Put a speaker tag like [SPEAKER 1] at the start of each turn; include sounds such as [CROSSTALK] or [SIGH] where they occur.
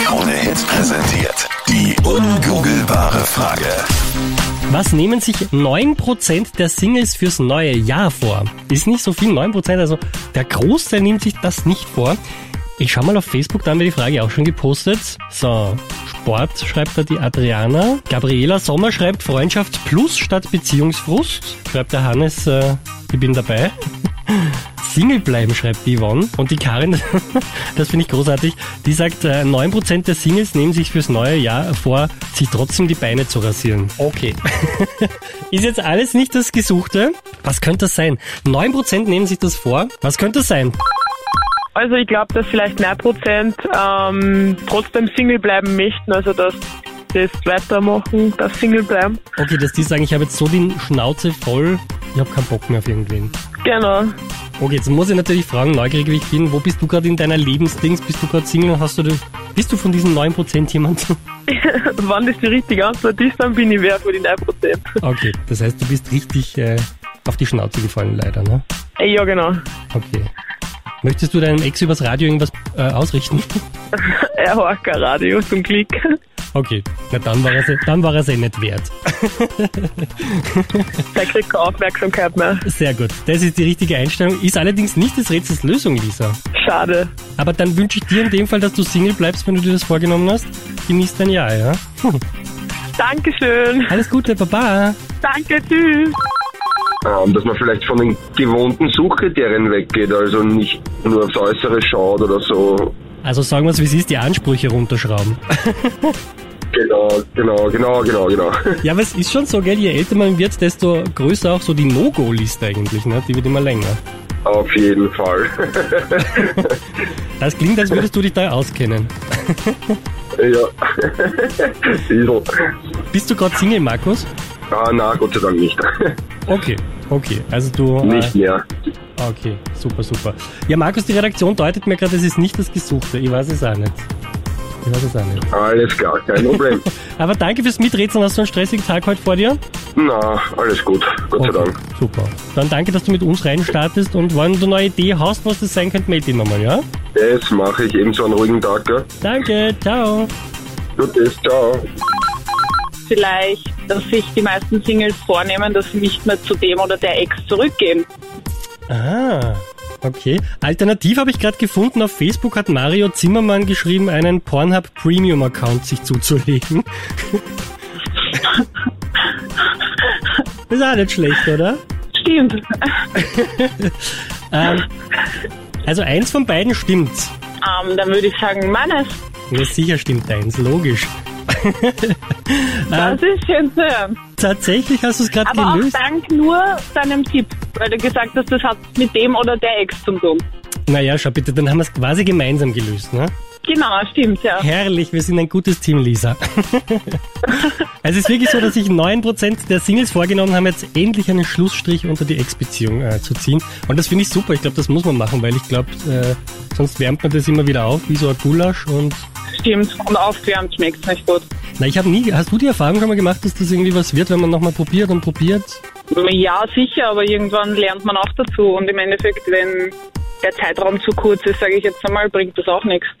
[SPEAKER 1] Krone Hits präsentiert. Die ungoogelbare Frage.
[SPEAKER 2] Was nehmen sich 9% der Singles fürs neue Jahr vor? Ist nicht so viel, 9%, also der Großteil nimmt sich das nicht vor. Ich schau mal auf Facebook, da haben wir die Frage auch schon gepostet. So, Sport schreibt da die Adriana. Gabriela Sommer schreibt Freundschaft plus statt Beziehungsfrust. Schreibt der Hannes, äh, ich bin dabei. [LAUGHS] Single bleiben, schreibt die Yvonne. Und die Karin, [LAUGHS] das finde ich großartig, die sagt, äh, 9% der Singles nehmen sich fürs neue Jahr vor, sich trotzdem die Beine zu rasieren. Okay. Ist jetzt alles nicht das Gesuchte? Was könnte das sein? 9% nehmen sich das vor. Was könnte das sein?
[SPEAKER 3] Also ich glaube, dass vielleicht mehr Prozent ähm, trotzdem Single bleiben möchten, also dass das weitermachen, dass Single bleiben.
[SPEAKER 2] Okay, dass die sagen, ich habe jetzt so die Schnauze voll, ich habe keinen Bock mehr auf irgendwen.
[SPEAKER 3] Genau. [LAUGHS]
[SPEAKER 2] Okay, jetzt muss ich natürlich fragen, neugierig wie ich bin, wo bist du gerade in deiner Lebensdings? Bist du gerade Single? Hast du, den- bist du von diesen 9% jemand? [LAUGHS]
[SPEAKER 3] Wann das die richtige Antwort ist, dann bin ich wer für die 9%. [LAUGHS]
[SPEAKER 2] Okay, das heißt, du bist richtig äh, auf die Schnauze gefallen, leider, ne?
[SPEAKER 3] Äh, Ja, genau.
[SPEAKER 2] Okay. Möchtest du deinem Ex übers Radio irgendwas äh, ausrichten? [LAUGHS]
[SPEAKER 3] Er hat kein Radio zum Glück. [LAUGHS]
[SPEAKER 2] Okay, na dann war es dann war es eh nicht wert.
[SPEAKER 3] Der kriegt keine Aufmerksamkeit mehr.
[SPEAKER 2] Sehr gut, das ist die richtige Einstellung. Ist allerdings nicht des Rätsels Lösung, Lisa.
[SPEAKER 3] Schade.
[SPEAKER 2] Aber dann wünsche ich dir in dem Fall, dass du Single bleibst, wenn du dir das vorgenommen hast. Genieß dein Jahr, ja?
[SPEAKER 3] Dankeschön.
[SPEAKER 2] Alles Gute, Baba.
[SPEAKER 3] Danke, tschüss.
[SPEAKER 4] ähm, dass man vielleicht von den gewohnten Suchkriterien weggeht, also nicht nur aufs Äußere schaut oder so.
[SPEAKER 2] Also sagen wir es, wie es ist, die Ansprüche runterschrauben.
[SPEAKER 4] Genau, genau, genau, genau, genau. [LAUGHS]
[SPEAKER 2] Ja, aber es ist schon so, gell? Je älter man wird, desto größer auch so die No-Go-Liste eigentlich, ne? Die wird immer länger.
[SPEAKER 4] Auf jeden Fall. [LAUGHS]
[SPEAKER 2] Das klingt, als würdest du dich da auskennen.
[SPEAKER 4] ja. [LAUGHS] Isel.
[SPEAKER 2] Bist du gerade Single, Markus?
[SPEAKER 4] Ah, na, Gott sei Dank nicht. [LAUGHS]
[SPEAKER 2] Okay, okay. Also du.
[SPEAKER 4] nicht mehr.
[SPEAKER 2] Äh, okay, super, super. Ja, Markus, die Redaktion deutet mir gerade, es ist nicht das Gesuchte. Ich weiß es auch nicht. Ich weiß es auch nicht.
[SPEAKER 4] Alles klar, kein Problem.
[SPEAKER 2] Aber danke fürs Miträtseln. Hast du einen stressigen Tag heute vor dir?
[SPEAKER 4] na, alles gut, Gott sei Dank.
[SPEAKER 2] Super. Dann danke, dass du mit uns reinstartest und wenn du eine neue Idee hast, was das sein könnte, melde dich nochmal, ja?
[SPEAKER 4] Das mache ich ebenso einen ruhigen Tag, gell?
[SPEAKER 2] Danke, ciao.
[SPEAKER 4] Gutes, ciao.
[SPEAKER 5] vielleicht, dass sich die meisten Singles vornehmen, dass sie nicht mehr zu dem oder der Ex zurückgehen.
[SPEAKER 2] Ah, okay. Alternativ habe ich gerade gefunden, auf Facebook hat Mario Zimmermann geschrieben, einen Pornhub Premium Account sich zuzulegen. [LAUGHS] Das ist auch nicht schlecht, oder?
[SPEAKER 5] Stimmt. [LAUGHS]
[SPEAKER 2] Ähm, also eins von beiden stimmt.
[SPEAKER 5] Ähm, dann würde ich sagen, Mannes,
[SPEAKER 2] Ja, sicher stimmt eins, logisch.
[SPEAKER 5] das ist schön zu hören.
[SPEAKER 2] Tatsächlich hast du es gerade
[SPEAKER 5] Aber
[SPEAKER 2] gelöst.
[SPEAKER 5] auch dank nur deinem Tipp, weil du gesagt hast, das hat mit dem oder der Ex zu tun.
[SPEAKER 2] Naja, schau bitte, dann haben wir es quasi gemeinsam gelöst, ne?
[SPEAKER 5] Genau, stimmt, ja.
[SPEAKER 2] Herrlich, wir sind ein gutes Team, Lisa. Also es ist wirklich so, dass sich 9% der Singles vorgenommen haben, jetzt endlich einen Schlussstrich unter die Ex-Beziehung äh, zu ziehen. Und das finde ich super. Ich glaube, das muss man machen, weil ich glaube, äh, sonst wärmt man das immer wieder auf, wie so ein Gulasch. Und
[SPEAKER 5] Stimmt. Und aufgewärmt schmeckt es nicht gut.
[SPEAKER 2] na, ich habe nie. Hast du die Erfahrung schon mal gemacht, dass das irgendwie was wird, wenn man nochmal probiert und probiert?
[SPEAKER 5] Ja, sicher, aber irgendwann lernt man auch dazu. Und im Endeffekt, wenn der Zeitraum zu kurz ist, sage ich jetzt einmal, bringt das auch nichts.